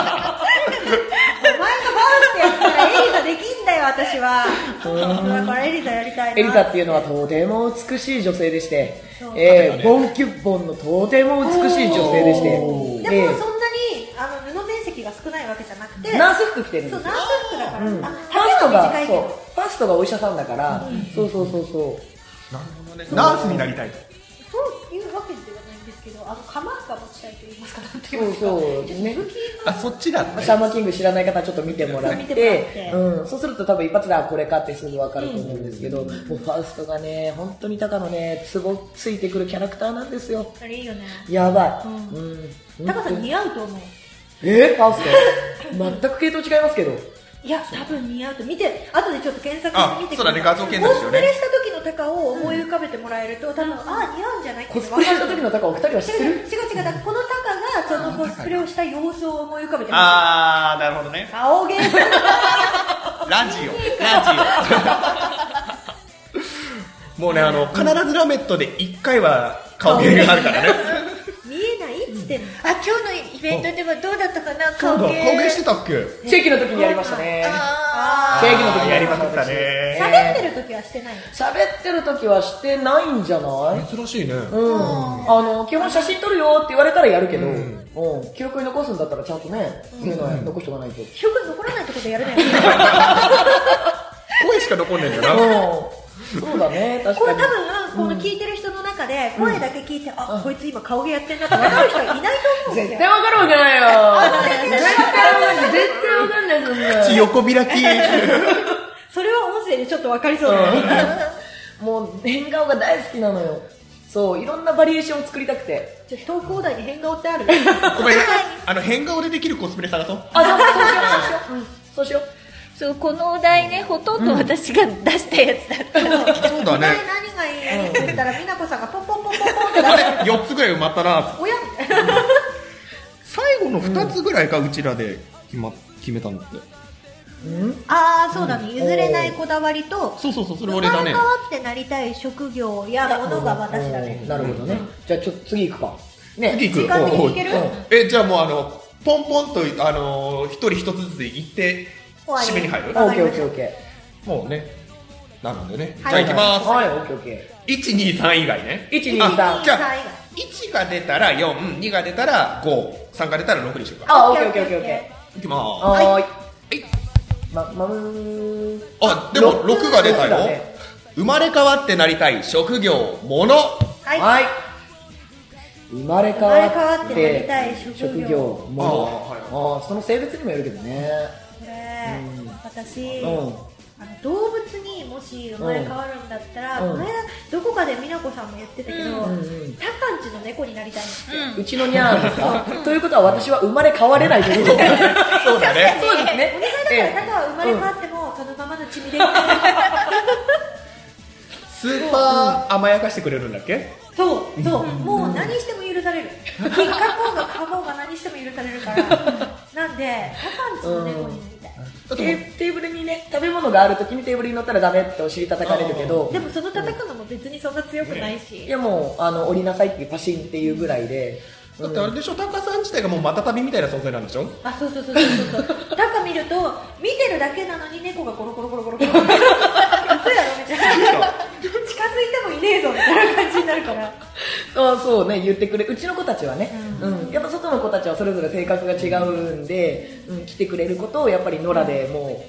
[SPEAKER 1] ファウストやったらエリザできんだよ私はだからエリザやりたい
[SPEAKER 2] あ
[SPEAKER 1] な
[SPEAKER 2] エリザっていうのはとても美しい女性でして
[SPEAKER 1] そう、
[SPEAKER 2] えー、ボンキュッボンのとても美しい女性でして、
[SPEAKER 1] でもそん
[SPEAKER 2] え
[SPEAKER 1] なにあの布面積が少ないわけじゃなくて
[SPEAKER 2] ー、ナース服着てるんで
[SPEAKER 1] そう、
[SPEAKER 2] す
[SPEAKER 1] ナ
[SPEAKER 2] よ
[SPEAKER 1] ース服だから、
[SPEAKER 2] うんフ
[SPEAKER 1] あ
[SPEAKER 2] ァース
[SPEAKER 1] 丈は
[SPEAKER 2] トが
[SPEAKER 1] 短いけ
[SPEAKER 2] そう
[SPEAKER 1] ど、
[SPEAKER 2] ファーストがお医者さんだから、そうそうそうそう
[SPEAKER 3] なるほどねナースになりたいと
[SPEAKER 1] そういうわけではないんですけど、あの鎌が持ちたいと言いますか、なんて言い
[SPEAKER 2] そ
[SPEAKER 1] ま
[SPEAKER 2] う
[SPEAKER 1] すか、
[SPEAKER 2] そうね
[SPEAKER 3] あそっちだった
[SPEAKER 2] シャーマンキング知らない方はちょっと見てもらって
[SPEAKER 1] 見てもらって
[SPEAKER 2] うん、そうすると多分一発であこれかってすぐ分かると思うんですけど、もうファウストがね本当にタカのねツボついてくるキャラクターなんですよ
[SPEAKER 1] あれいいよね。
[SPEAKER 2] やばい、
[SPEAKER 1] う
[SPEAKER 2] うん
[SPEAKER 1] タカさん似合うと思う。
[SPEAKER 2] えー、ファウスト全く系統違いますけど
[SPEAKER 1] いや、多分似合うと。見て、後でちょっと検索してみて
[SPEAKER 3] あそうだね画像検索し
[SPEAKER 1] コス
[SPEAKER 3] よう
[SPEAKER 1] プ
[SPEAKER 3] ね
[SPEAKER 1] レした時のタカを思い浮かべてもらえると、多分、ああ、似合うんじゃないって
[SPEAKER 2] コスプレした時のタカお二人は知って
[SPEAKER 1] 違う違う違
[SPEAKER 2] る
[SPEAKER 1] う違うだからこのタカがそのコスプレをした様子を思い浮かべてま
[SPEAKER 3] あーなるほどね
[SPEAKER 1] す顔芸術
[SPEAKER 3] ラジオラジ <laughs> オもうねあの必ずラメットで1回は顔芸があるからね
[SPEAKER 1] 見えないっつってんの
[SPEAKER 4] あ今日のイベントではどうだったかな
[SPEAKER 3] そう
[SPEAKER 4] 顔
[SPEAKER 3] だ顔
[SPEAKER 4] 芸
[SPEAKER 3] 芸してたっけ
[SPEAKER 2] 正規の時にやりましたね
[SPEAKER 4] あ
[SPEAKER 2] 正規の時に
[SPEAKER 3] やりまくったね
[SPEAKER 1] 喋ってる時はしてないの
[SPEAKER 2] 喋ってる時はしてないんじゃない
[SPEAKER 3] 珍しいね
[SPEAKER 2] うん、あの基本写真撮るよって言われたらやるけど、
[SPEAKER 3] う
[SPEAKER 2] うんん記録に残すんだったらちゃんとね、そういうのは残しておかないと、うん
[SPEAKER 1] 記憶に残らないとこでやるね
[SPEAKER 3] 声しか残んねえんだよな
[SPEAKER 2] そうだね <laughs> 確
[SPEAKER 1] こ
[SPEAKER 2] か
[SPEAKER 1] れ
[SPEAKER 2] に
[SPEAKER 1] 多分、この聞いてる人の中で、声だけ聞いて、あ、こいつ今顔芸やってんなって分かる人はいないと思うんです
[SPEAKER 2] 絶
[SPEAKER 1] よ。
[SPEAKER 2] 対わかるわけないよ絶対わかんない絶対わかんないそんな
[SPEAKER 3] 口横開 <laughs> き
[SPEAKER 1] それは音声でちょっと分かりそうだね。
[SPEAKER 2] もう変顔が大好きなのよそういろんなバリエーションを作りたくて
[SPEAKER 1] ちょっと東工大に変顔ってある
[SPEAKER 2] <laughs>
[SPEAKER 3] ごめんねあの変顔でできるコスプレ探そう
[SPEAKER 2] あそうそうしようそうしよう、うん、そうしよ
[SPEAKER 4] ーそうこのお題ねほとんど私が出したやつだった、
[SPEAKER 3] そうだ
[SPEAKER 1] 前何
[SPEAKER 3] ね
[SPEAKER 1] がいいのって言ったら、美奈子さんがポンポンポンポンポンって出
[SPEAKER 3] あ
[SPEAKER 1] し
[SPEAKER 3] れ
[SPEAKER 1] て、
[SPEAKER 3] 4つぐらい埋まったな
[SPEAKER 1] 親
[SPEAKER 3] 最後の2つぐらいかうちらで決ま決めたのって
[SPEAKER 1] ああ、そうだね。譲れないこだわりと、
[SPEAKER 3] そうそうそうそ
[SPEAKER 1] 生
[SPEAKER 3] れ
[SPEAKER 1] ま
[SPEAKER 3] 俺
[SPEAKER 1] れ
[SPEAKER 3] だ
[SPEAKER 1] 変
[SPEAKER 3] ね
[SPEAKER 1] わってなりたい職業やものが私だね
[SPEAKER 2] うん。なるほどねじゃあちょっと次行くかね
[SPEAKER 3] 次行く
[SPEAKER 1] 時間的にいける
[SPEAKER 3] おうおうえじゃあもうあのポンポンとあのー一人一つずつ行って
[SPEAKER 1] 終わり
[SPEAKER 3] 締めに入る
[SPEAKER 2] あオッケーオッケーオッケー
[SPEAKER 3] もうねなのでね、
[SPEAKER 1] はい
[SPEAKER 3] じゃあ行きま
[SPEAKER 2] はいオッケーオッケ
[SPEAKER 3] す123以外ね
[SPEAKER 2] ー123
[SPEAKER 3] あじゃあ
[SPEAKER 1] 3以外
[SPEAKER 3] 1が出たら42が出たら53が出たら6にしようか
[SPEAKER 2] あ、オッケーオッケーオッケーオッケ
[SPEAKER 3] いきま
[SPEAKER 2] ー。
[SPEAKER 3] ーす
[SPEAKER 2] はーい。
[SPEAKER 3] はい
[SPEAKER 2] ま、まむーん。
[SPEAKER 3] あでも
[SPEAKER 2] 六
[SPEAKER 3] 6が出たよ、
[SPEAKER 2] だね
[SPEAKER 3] 生まれ変わってなりたい職業もの
[SPEAKER 1] はい。
[SPEAKER 2] はい。生まれ変
[SPEAKER 1] 生
[SPEAKER 2] わ
[SPEAKER 1] まれ変わ
[SPEAKER 2] っ
[SPEAKER 1] っててなりたい職業
[SPEAKER 2] も
[SPEAKER 3] ああ
[SPEAKER 2] あ、その性別にもよるけどね
[SPEAKER 1] これ、私、
[SPEAKER 2] うん
[SPEAKER 1] あの動物にもし生まれ変わるんだったら、
[SPEAKER 2] うん
[SPEAKER 1] この間どこかで美奈子さんも言ってたけど、
[SPEAKER 2] んうん
[SPEAKER 1] タカンチの猫になりたいんですよ、
[SPEAKER 2] うちのニャーですかということは私は生まれ変われないということ
[SPEAKER 3] そうだね。
[SPEAKER 2] そうですね
[SPEAKER 1] お願いだからタカは生まれ変わっても、そのままの血みでいいから
[SPEAKER 3] スーパー甘やかしてくれるんだっけ
[SPEAKER 1] <laughs> そうそう、もう何しても許される引っかこうがかぼうが何しても許されるからなんでタカンチの猫になりたい、
[SPEAKER 2] テーブルにね食べ物があるときにテーブルに乗ったらダメってお尻叩かれるけど
[SPEAKER 1] でもその叩くのも別にそんな強くないし、
[SPEAKER 2] いやもうあの降りなさいっていうパシンっていうぐらいで、
[SPEAKER 3] だってあれでしょ、タカさん自体がもうまたたびみたいな存在なんでしょ
[SPEAKER 1] あそうそうそうそうそうそうタカ見ると見てるだけなのに猫がコロコロコロコロコロ <laughs> 嘘やろみたいな近づいてもいねえぞみたいな感じになるから
[SPEAKER 2] そうそうね言ってくれうちの子たちはね、うんやっぱ外の子たちはそれぞれ性格が違うんで、うん、来てくれることをやっぱり野良でも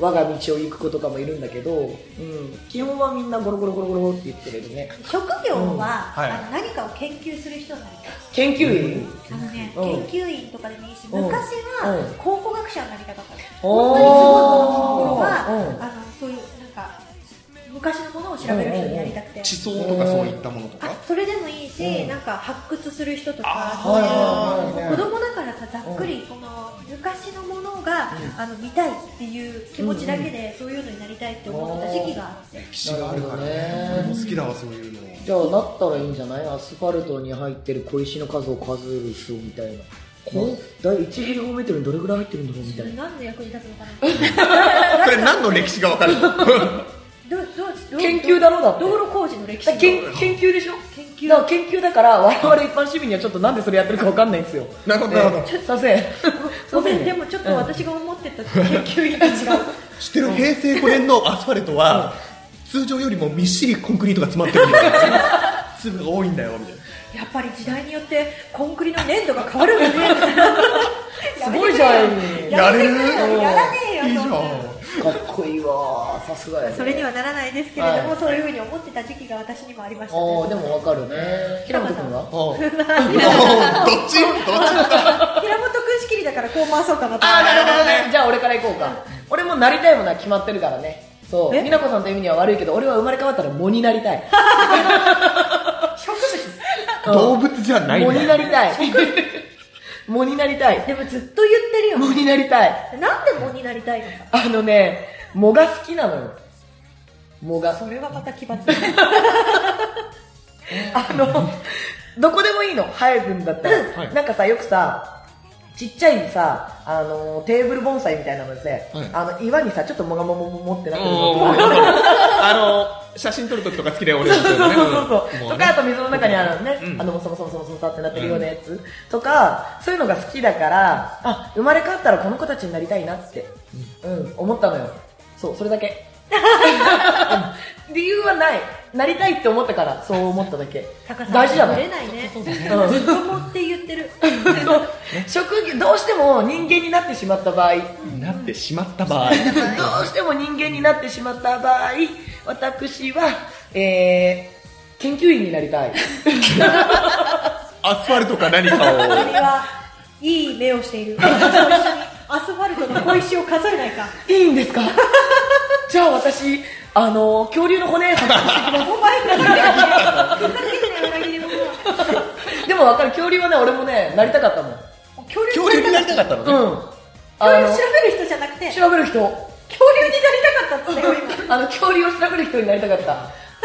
[SPEAKER 2] う我が道を行く子とかもいるんだけど、うん、基本はみんなゴロゴロゴロゴロって言ってくれるね
[SPEAKER 1] 職業は、
[SPEAKER 3] はい
[SPEAKER 1] あの何かを研究する人になりた
[SPEAKER 2] 研究員、
[SPEAKER 1] いあのね、
[SPEAKER 2] うん
[SPEAKER 1] 研究員とかでもいいし
[SPEAKER 2] うん
[SPEAKER 1] 昔
[SPEAKER 2] うん
[SPEAKER 1] は考古学者になりたかったです
[SPEAKER 2] おー
[SPEAKER 1] 本当にすごい子供の頃は、
[SPEAKER 2] うん
[SPEAKER 1] あのそういうなんか昔のものを調べる人になりたくて、
[SPEAKER 3] 地層とかそういったものと
[SPEAKER 1] あ
[SPEAKER 3] か。
[SPEAKER 1] それでもいいし、なんか発掘する人とか
[SPEAKER 3] あ
[SPEAKER 1] そう
[SPEAKER 2] はいはい
[SPEAKER 1] い
[SPEAKER 2] は
[SPEAKER 1] う
[SPEAKER 2] い
[SPEAKER 1] 子供だからさざっくりこの昔のものが、あの見たいっていう気持ちだけで、そういうのになりたいって思ってた時期があって
[SPEAKER 3] 歴史があるから
[SPEAKER 2] なるほど
[SPEAKER 3] ね。
[SPEAKER 2] ね
[SPEAKER 3] 俺も好きだわ、そういうの。
[SPEAKER 2] じゃあなったらいいんじゃないアスファルトに入ってる小石の数を数える人みたいなこ第1平方メートルにどれぐらい入ってるんだろうみたいな
[SPEAKER 1] 何の役に立つのかな
[SPEAKER 3] そ <laughs> れ何の歴史がわか
[SPEAKER 2] <laughs>
[SPEAKER 3] るの
[SPEAKER 1] どうどうどう
[SPEAKER 2] 研究だろうだって
[SPEAKER 1] 道路工事の歴史
[SPEAKER 2] だから研研究でしょ
[SPEAKER 1] 研
[SPEAKER 2] だから研究だから我々一般市民にはちょっとなんでそれやってるかわかんないんですよ
[SPEAKER 3] なるほどなるほど
[SPEAKER 2] ねすいません
[SPEAKER 1] ごめんで
[SPEAKER 2] ね
[SPEAKER 1] もちょっと私が思ってた研究員と違う
[SPEAKER 3] 知ってる平成5年のアスファルトは、通常よりもみっしりコンクリートが詰まってるみたいな。粒が多いんだよ、みたいな。
[SPEAKER 1] やっぱり時代によってコンクリの粘度が変わるんだね
[SPEAKER 2] <laughs> すごいじゃん
[SPEAKER 1] やめてくれよ
[SPEAKER 3] やれる
[SPEAKER 1] やらねえよ
[SPEAKER 3] いいじゃん
[SPEAKER 1] そんなの
[SPEAKER 2] かっこいいわさすがやね
[SPEAKER 1] それにはならないですけれども、
[SPEAKER 2] はい
[SPEAKER 1] そういうふうに思ってた時期が私にもありました、
[SPEAKER 2] ああでもわかるね平本君は
[SPEAKER 3] おうおうどっちどっち
[SPEAKER 1] 平本君仕切りだからこう回そうかなと
[SPEAKER 2] ああなるほどねじゃあ俺から行こうか俺もなりたいものは決まってるからねそう
[SPEAKER 1] え
[SPEAKER 2] 美奈子さんという意味には悪いけど俺は生まれ変わったら藻になりたい
[SPEAKER 1] 植物
[SPEAKER 3] 動物じゃないん
[SPEAKER 2] 藻にな
[SPEAKER 3] だ
[SPEAKER 2] りたい藻になりたい
[SPEAKER 1] でもずっと言ってるよ
[SPEAKER 2] 藻になりたい
[SPEAKER 1] なんで藻になりたいのか
[SPEAKER 2] あのね藻が好きなのよ藻が
[SPEAKER 1] それはまた奇抜だ
[SPEAKER 2] <laughs> あの、どこでもいいの、生えるんだったら。
[SPEAKER 3] はい
[SPEAKER 2] なんかさ、よくさ、ちっちゃいさ、あのテーブル盆栽みたいなのでさ、
[SPEAKER 3] はい
[SPEAKER 2] あの岩にさ、ちょっともがももももってなってるの。
[SPEAKER 3] おーあの写真撮るときとか好きだよ俺
[SPEAKER 2] そうそうそうそううんそう。
[SPEAKER 3] もう
[SPEAKER 2] と
[SPEAKER 3] ね
[SPEAKER 2] か、あと水の中にあるのね、
[SPEAKER 3] うん
[SPEAKER 2] あの、もそもそもそもそもそもってなってるようなやつ、とか、そういうのが好きだから、あ、生まれ変わったらこの子たちになりたいなって、うん、思ったのよ。そう、それだけ。理由はない。なりたいって思ったから、そう思っただけ。
[SPEAKER 1] 高
[SPEAKER 2] 大
[SPEAKER 1] さ
[SPEAKER 2] 事じゃ
[SPEAKER 1] ん
[SPEAKER 2] な
[SPEAKER 1] ぶ
[SPEAKER 2] い
[SPEAKER 1] れないね
[SPEAKER 2] うん
[SPEAKER 1] ずっと藻って言ってる
[SPEAKER 2] そう職業どうしても人間になってしまった場合ど
[SPEAKER 3] なってしまっ
[SPEAKER 2] <laughs>
[SPEAKER 3] た場合
[SPEAKER 2] うしても人間になってしまった場合私は、えー、研究員になりたい
[SPEAKER 3] アスファルトか何かを
[SPEAKER 1] 君はいい目をしてい
[SPEAKER 2] <laughs>
[SPEAKER 1] る私と一緒にアスファルトの小石を数えないか
[SPEAKER 2] いいんですか <laughs> じゃあ私あの恐竜の骨発掘してきま
[SPEAKER 1] お前なんだよふざけんなよ裏切り者
[SPEAKER 2] す <laughs> でも分かる恐竜はね俺もねなりたかったもん
[SPEAKER 1] 恐竜
[SPEAKER 3] 恐竜になりたかったのね、
[SPEAKER 2] うん
[SPEAKER 1] 恐
[SPEAKER 2] あ
[SPEAKER 1] 竜
[SPEAKER 2] の
[SPEAKER 1] 調べる人じゃなくて恐
[SPEAKER 2] 調べる人
[SPEAKER 1] 竜になりたかったっつってよ今
[SPEAKER 2] あの恐竜を調べる人になりたかっ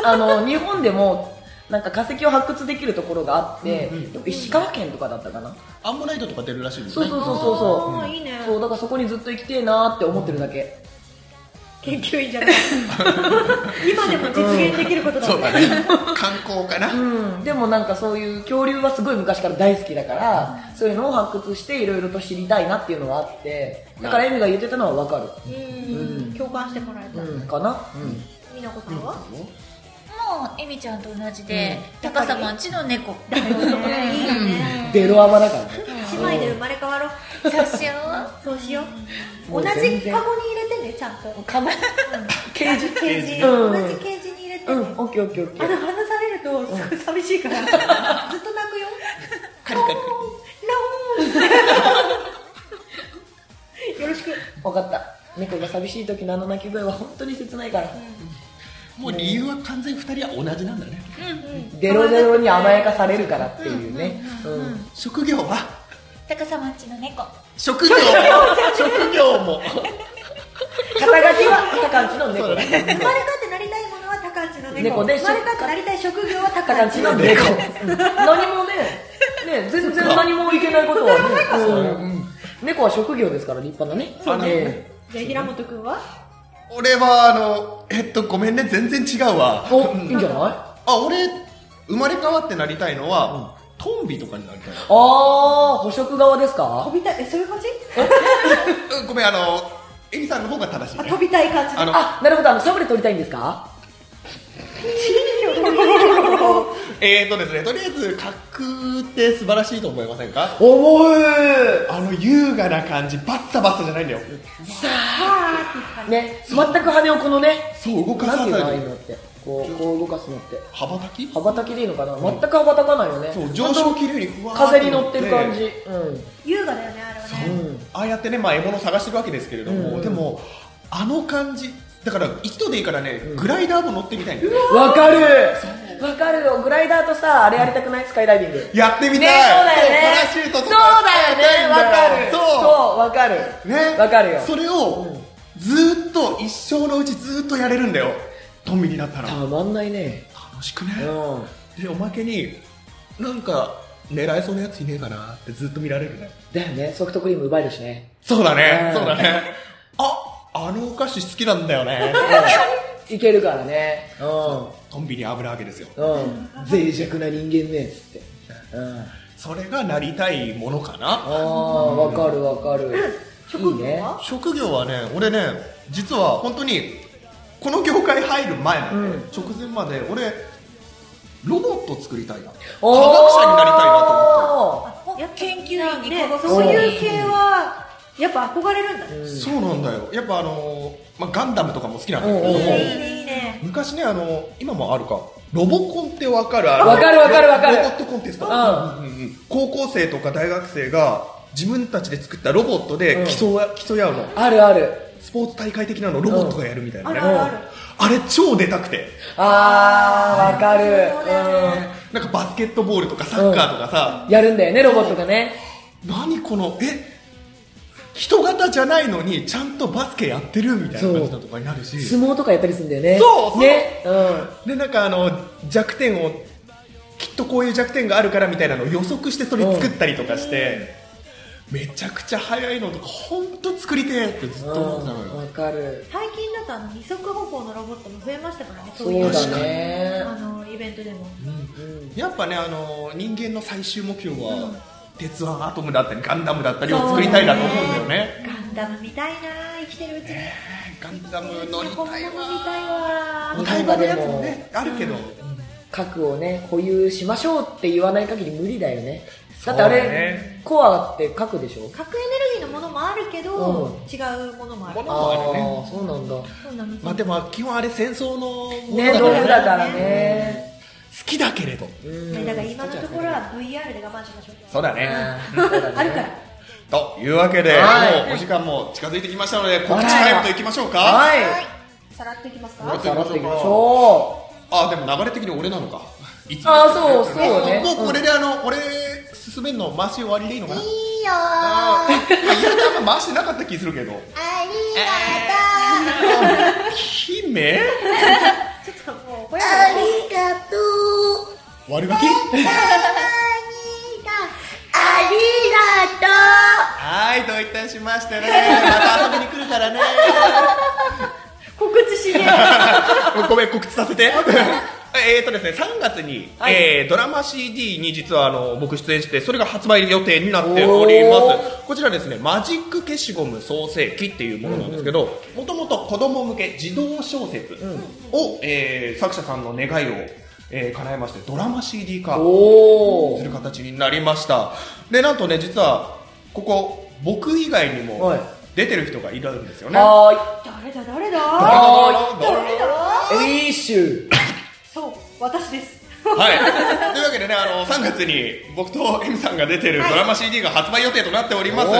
[SPEAKER 2] た。あ <laughs> の日本でもなんか化石を発掘できるところがあって、でも石川県とかだったかな。
[SPEAKER 3] アンモナイトとか出るらしいんです
[SPEAKER 2] そう
[SPEAKER 3] ね
[SPEAKER 2] そうそうそうそう
[SPEAKER 1] あ。ーいいね
[SPEAKER 2] そうだからそこにずっと行きてえなーって思ってるだけ。
[SPEAKER 1] 研究員じゃない今でも実現できることだ
[SPEAKER 3] そ
[SPEAKER 1] も
[SPEAKER 3] うんだ
[SPEAKER 1] ね、
[SPEAKER 3] ね観光かな、
[SPEAKER 2] うん。でもなんかそういう恐竜はすごい昔から大好きだから、そういうのを発掘していろいろと知りたいなっていうのはあって、だからエミが言ってたのはわかる。
[SPEAKER 1] うん共感してもらえた、
[SPEAKER 2] うんかな。うん。
[SPEAKER 1] 美奈子さんは、
[SPEAKER 4] もうエミちゃんと同じで、
[SPEAKER 1] うん
[SPEAKER 4] 高さまんちの猫
[SPEAKER 1] ねいいよね
[SPEAKER 2] ベロアマだからね。
[SPEAKER 1] 姉妹で生まれ変わろう
[SPEAKER 4] そうしよう
[SPEAKER 1] そうしよう
[SPEAKER 2] も
[SPEAKER 1] 同
[SPEAKER 2] う
[SPEAKER 1] じカゴに
[SPEAKER 2] 全
[SPEAKER 1] 入
[SPEAKER 2] 然
[SPEAKER 1] れてねちゃんと
[SPEAKER 2] かな。
[SPEAKER 1] ケージケージ
[SPEAKER 2] うん
[SPEAKER 1] 同じケージに入れて
[SPEAKER 2] う
[SPEAKER 1] ね、
[SPEAKER 2] ん。オッケーオッケーオッケ
[SPEAKER 1] あ
[SPEAKER 2] ー
[SPEAKER 1] の。離されるとすごい寂しいから、ずっと泣くよ
[SPEAKER 3] カリカリカ
[SPEAKER 1] よろしく
[SPEAKER 2] 分かった猫が寂しい時のあの泣き声は本当に切ないから、
[SPEAKER 3] リもう理由は完全に二人は同じなんだね
[SPEAKER 2] デロデロに甘やかされるからっていうね、うん
[SPEAKER 3] 職業は
[SPEAKER 4] 高さまんちの猫
[SPEAKER 3] 職業も職業も
[SPEAKER 2] 肩書きは高んちの
[SPEAKER 3] そう
[SPEAKER 2] 猫
[SPEAKER 3] だ
[SPEAKER 1] 生まれ変わってなりたいものは高知の猫
[SPEAKER 2] 猫で
[SPEAKER 1] 生まれ変わってなりたい職業は
[SPEAKER 2] 高
[SPEAKER 1] 高
[SPEAKER 2] んち
[SPEAKER 1] 知
[SPEAKER 2] の
[SPEAKER 1] の
[SPEAKER 2] 猫うん何もねね全然何もいけないことはね、うんうん猫は職業ですから立派なね
[SPEAKER 3] そうね
[SPEAKER 2] え
[SPEAKER 1] じ
[SPEAKER 2] え
[SPEAKER 1] ゃあ平本君は
[SPEAKER 3] 俺はあのえっとごめんね全然違うわ
[SPEAKER 2] おいいんじゃないあ
[SPEAKER 3] あ俺生まれ変わってなりたいのは、トンビとかになりたい
[SPEAKER 2] あー捕食側です
[SPEAKER 1] 飛
[SPEAKER 2] か
[SPEAKER 1] びたいえそういう感じ
[SPEAKER 3] うんごめんあのエミさんの方が正しい
[SPEAKER 1] あ
[SPEAKER 3] ね
[SPEAKER 1] 飛びたい感じ
[SPEAKER 3] あの
[SPEAKER 2] あなるほどあのサブレ取りたいんですか
[SPEAKER 3] えーとですねとりあえず架空って素晴らしいと思いませんか
[SPEAKER 2] 重い
[SPEAKER 3] あの優雅な感じバッサバッサじゃないんだよ
[SPEAKER 2] ね全く羽をこのね
[SPEAKER 3] そう動か
[SPEAKER 2] な
[SPEAKER 3] さ
[SPEAKER 2] んていうのあ
[SPEAKER 3] な
[SPEAKER 2] あ
[SPEAKER 3] い
[SPEAKER 2] いうのってこうこう動かすのって
[SPEAKER 3] 羽ばたき
[SPEAKER 2] 羽ばたきでいいのかな全く羽ばたかないよね
[SPEAKER 3] そう上昇気流にふわーっと
[SPEAKER 2] 風に乗ってる感じうん
[SPEAKER 1] 優雅だよねあれはね
[SPEAKER 3] ああやってね、まあ、獲物探してるわけですけれども、でもあの感じだから一度でいいからね、グライダーも乗ってみたいんだよね
[SPEAKER 2] わかるわかるよグライダーとさあれやりたくないスカイダイビング
[SPEAKER 3] やってみ
[SPEAKER 2] ねそう
[SPEAKER 3] たい、
[SPEAKER 2] だよね
[SPEAKER 3] そうパラシュート
[SPEAKER 2] そ
[SPEAKER 3] と
[SPEAKER 2] う
[SPEAKER 3] か
[SPEAKER 2] だよねわかる
[SPEAKER 3] そう
[SPEAKER 2] そうわかる
[SPEAKER 3] ね
[SPEAKER 2] わかるよ
[SPEAKER 3] それをずーっと一生のうちずーっとやれるんだよトンビになったら
[SPEAKER 2] たまんないね
[SPEAKER 3] 楽しくね
[SPEAKER 2] う、ん
[SPEAKER 3] でおまけになんか狙えそうなやついねえかなってずっと見られるね
[SPEAKER 2] だよねソフトクリーム奪えるしね
[SPEAKER 3] そうだね、
[SPEAKER 2] うん
[SPEAKER 3] そうだねああのお菓子好きなんだよね <laughs>
[SPEAKER 2] いけるからねう
[SPEAKER 3] トンビに危ないわけですよ
[SPEAKER 2] んうん脆弱な人間ねっつってうん
[SPEAKER 3] それがなりたいものか
[SPEAKER 2] あ
[SPEAKER 3] な
[SPEAKER 2] あわかるわかる
[SPEAKER 1] 職
[SPEAKER 2] いい
[SPEAKER 1] 業
[SPEAKER 2] ね
[SPEAKER 1] は
[SPEAKER 3] 職業はね俺ね実は本当にこの業界入る前まで、
[SPEAKER 2] うん
[SPEAKER 3] 直前まで俺ロボット作りたいな科学
[SPEAKER 2] おー
[SPEAKER 3] 者になりたいなと思って
[SPEAKER 4] いや研究員に
[SPEAKER 1] ね
[SPEAKER 4] 科学
[SPEAKER 1] そういう
[SPEAKER 4] 者に
[SPEAKER 1] 系はやっぱ憧れるんだね
[SPEAKER 3] そうなんだよやっぱあのーまあ、ガンダムとかも好きなんだけど、
[SPEAKER 2] うんうん
[SPEAKER 1] いいねいいね
[SPEAKER 3] 昔ねあの今もあるかロボコンってわかる
[SPEAKER 2] わかるわかるわかる
[SPEAKER 3] ロボットコンテスト、
[SPEAKER 2] うん
[SPEAKER 3] うんうんうん高校生とか大学生が自分たちで作ったロボットで競,、う競い合うの
[SPEAKER 2] あるある
[SPEAKER 3] スポーツ大会的なのをロボットがやるみたいなね、
[SPEAKER 1] うんあるある
[SPEAKER 3] あれ超出たくて
[SPEAKER 2] あーわかる
[SPEAKER 1] そうだよね
[SPEAKER 3] なんかバスケットボールとかサッカーとかさ、
[SPEAKER 2] うんやるんだよねロボットがね
[SPEAKER 3] 何このえ人型じゃないのにちゃんとバスケやってるみたいな感じのとかになるし
[SPEAKER 2] 相撲とかやったりするんだよね
[SPEAKER 3] そうそう
[SPEAKER 2] ねうん
[SPEAKER 3] でなんかあの弱点をきっとこういう弱点があるからみたいなのを予測してそれ作ったりとかして、めちゃくちゃ早いのとか本当作りてえってずっと思ってたの
[SPEAKER 2] うん
[SPEAKER 3] よ、
[SPEAKER 2] わかる
[SPEAKER 1] 最近だとあの二足歩行のロボットも増えましたからね
[SPEAKER 2] そう
[SPEAKER 1] いう
[SPEAKER 2] だね
[SPEAKER 1] あのイベントでも
[SPEAKER 3] やっぱねあの人間の最終目標は、鉄腕アトムだったりガンダムだったりを作りたいなと思うんだよね
[SPEAKER 1] ガンダム見たいな生きてるうちに
[SPEAKER 3] ガンダム乗り
[SPEAKER 1] 本物
[SPEAKER 3] たい
[SPEAKER 1] 見
[SPEAKER 3] わ
[SPEAKER 1] たいわ
[SPEAKER 3] お台場のやつもねあるけど、
[SPEAKER 2] 核をね保有しましょうって言わない限り無理だよねだってあれ、
[SPEAKER 3] そうだね
[SPEAKER 2] コアって核でしょ
[SPEAKER 1] 核エネルギーのものもあるけ
[SPEAKER 2] う
[SPEAKER 1] ど
[SPEAKER 2] ん
[SPEAKER 1] 違うものもある
[SPEAKER 3] もの
[SPEAKER 2] あ
[SPEAKER 3] もあるね
[SPEAKER 2] あそうなんだ
[SPEAKER 1] そうなの
[SPEAKER 3] まあでも基本あれ戦争のもの
[SPEAKER 2] ね
[SPEAKER 3] だ
[SPEAKER 2] 道
[SPEAKER 3] か
[SPEAKER 2] 具
[SPEAKER 3] らね
[SPEAKER 2] だからね
[SPEAKER 3] 好きだけれど
[SPEAKER 2] うん
[SPEAKER 1] だから今のところは VR で我慢しましょう
[SPEAKER 3] そうだね、
[SPEAKER 2] うんそうだね
[SPEAKER 1] あるから
[SPEAKER 3] というわけで、
[SPEAKER 2] はい
[SPEAKER 3] もうお時間も近づいてきましたので告知タイムといきましょうか
[SPEAKER 2] はい
[SPEAKER 1] さらっといきます
[SPEAKER 3] は
[SPEAKER 1] か
[SPEAKER 3] い
[SPEAKER 2] さらっていきましょ
[SPEAKER 3] あでも流れ的に俺なのかいつも
[SPEAKER 2] あそうそうね
[SPEAKER 3] もうもうこれであの、俺進めるの回し終わりでいいのかない
[SPEAKER 4] いよー
[SPEAKER 3] あ
[SPEAKER 4] あ
[SPEAKER 3] ーいやあんま回してなかった気するけど
[SPEAKER 4] りがとう
[SPEAKER 1] ち
[SPEAKER 3] 姫
[SPEAKER 1] ょっともうこれ
[SPEAKER 4] ありがとう
[SPEAKER 3] 割り書き
[SPEAKER 4] たまにだありがとう
[SPEAKER 3] はいといたしましてねまた遊びに来るからね
[SPEAKER 1] 告知しねえ
[SPEAKER 3] <laughs> ごめん告知させてえーとですね、3月に、
[SPEAKER 2] はい
[SPEAKER 3] えードラマ CD に実はあの僕出演してそれが発売予定になっておりま
[SPEAKER 2] お
[SPEAKER 3] すこちらですねマジック消しゴム創世記っていうものなんですけどもともと子供向け児童小説を、えー作者さんの願いを、えー叶えましてドラマ CD 化
[SPEAKER 2] うおお
[SPEAKER 3] する形になりましたでなんとね実はここ僕以外にも
[SPEAKER 2] はい
[SPEAKER 3] 出てる人がいるんですよね
[SPEAKER 2] は
[SPEAKER 1] 誰だ誰
[SPEAKER 3] 誰
[SPEAKER 1] だ
[SPEAKER 3] だ誰だ誰だ
[SPEAKER 2] ーいエリーシュ
[SPEAKER 1] そう私です
[SPEAKER 3] はい、というわけでねあの3月に僕とエミさんが出てるドラマ CD が発売予定となっております、
[SPEAKER 2] おー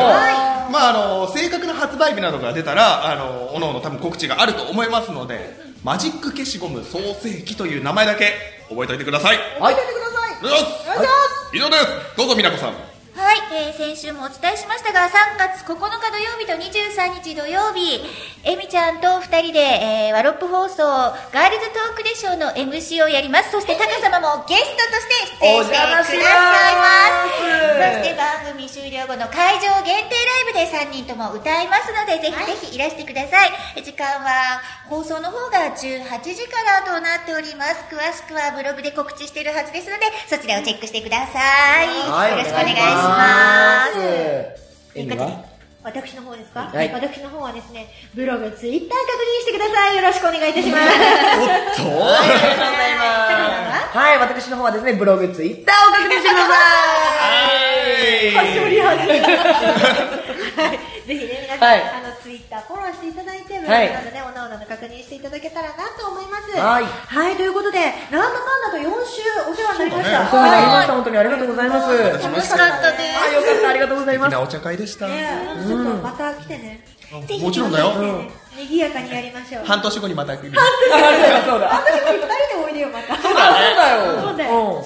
[SPEAKER 3] まあ、あの正確な発売日などが出たらあのおのおの多分告知があると思いますのでマジック消しゴム創世記という名前だけ覚えておいてください
[SPEAKER 2] はい
[SPEAKER 1] てください
[SPEAKER 3] お願いします
[SPEAKER 1] お願いし
[SPEAKER 3] 以上ですどうぞ美奈子さん
[SPEAKER 4] はい、えー先週もお伝えしましたが、3月9日土曜日と23日土曜日、えみちゃんと2人で、えーワロップ放送、ガールズトークでショーの MC をやります。そして、タカ様もゲストとして出演してくださいます。そして、番組終了後の会場限定ライブで3人とも歌いますので、ぜひぜひいらしてください。え時間は、放送の方が18時からとなっております。詳しくはブログで告知しているはずですので、そちらをチェックしてください。よろしくお願いします。
[SPEAKER 2] すエミは
[SPEAKER 1] 私の方ですか、
[SPEAKER 2] はい
[SPEAKER 1] 私の方はですね、ブログ、ツイッター確認してください。よろしくお願いいたします。 <laughs>
[SPEAKER 3] そ
[SPEAKER 2] あ
[SPEAKER 3] う
[SPEAKER 2] りがとうございますはい私の方はですねブログツイッターを確認してくださ
[SPEAKER 3] はい
[SPEAKER 1] はしょり始めた。はい、ぜひね、皆さん、
[SPEAKER 2] はい
[SPEAKER 1] あのツイッターフォローしていただいて、ブログ
[SPEAKER 2] はい
[SPEAKER 1] などね、おのおのの確認していただけたらなと思います。
[SPEAKER 2] はい
[SPEAKER 1] はい、ということで、なんだかんだと4週お世話になりまし
[SPEAKER 3] そう
[SPEAKER 1] た。
[SPEAKER 3] だ
[SPEAKER 2] いお世話になりまし
[SPEAKER 1] は
[SPEAKER 2] た本当にありがとうございますあよかっ
[SPEAKER 4] 楽しかったです。
[SPEAKER 2] たありがとうござい
[SPEAKER 3] みん <laughs>
[SPEAKER 2] ます
[SPEAKER 3] なお茶会でした、
[SPEAKER 1] いねちょっとまた来てね。
[SPEAKER 4] ぜひ
[SPEAKER 3] もちろんだよ、
[SPEAKER 1] ね賑やかにやりましょう。
[SPEAKER 3] 半年後にまた来る
[SPEAKER 2] あそうだそうだ
[SPEAKER 1] 私も二人でおいでよ、また。そう
[SPEAKER 2] あ
[SPEAKER 1] そ
[SPEAKER 2] そうう
[SPEAKER 1] だ
[SPEAKER 2] だ
[SPEAKER 1] よ
[SPEAKER 2] よ
[SPEAKER 4] その頃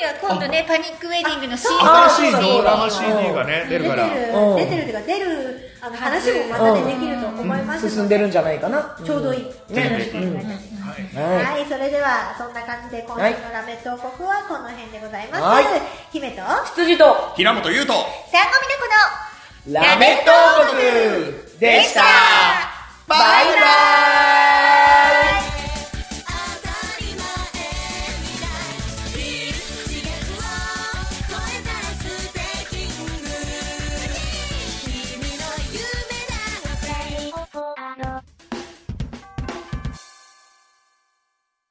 [SPEAKER 4] には今度ね、パニックウェディングのシーン
[SPEAKER 2] あ
[SPEAKER 3] 新
[SPEAKER 4] が
[SPEAKER 3] しいドラマ
[SPEAKER 2] そう
[SPEAKER 3] CD がね
[SPEAKER 1] 出て
[SPEAKER 3] 出る
[SPEAKER 1] る
[SPEAKER 3] から、
[SPEAKER 2] うん
[SPEAKER 1] 出てるというか、出るあの話もまたね、できると思いますので。
[SPEAKER 2] 進んでるんじゃないかな
[SPEAKER 1] ちょうどいい。
[SPEAKER 3] ね
[SPEAKER 1] よろしくお願いいたします。
[SPEAKER 2] はい
[SPEAKER 1] はい、それではそんな感じで今週のラメット王国はこの辺でございます。
[SPEAKER 2] はい
[SPEAKER 1] 姫と
[SPEAKER 2] 羊と
[SPEAKER 3] 平本優斗
[SPEAKER 4] 三五美奈子の
[SPEAKER 2] ラメット王国でしたバイバイ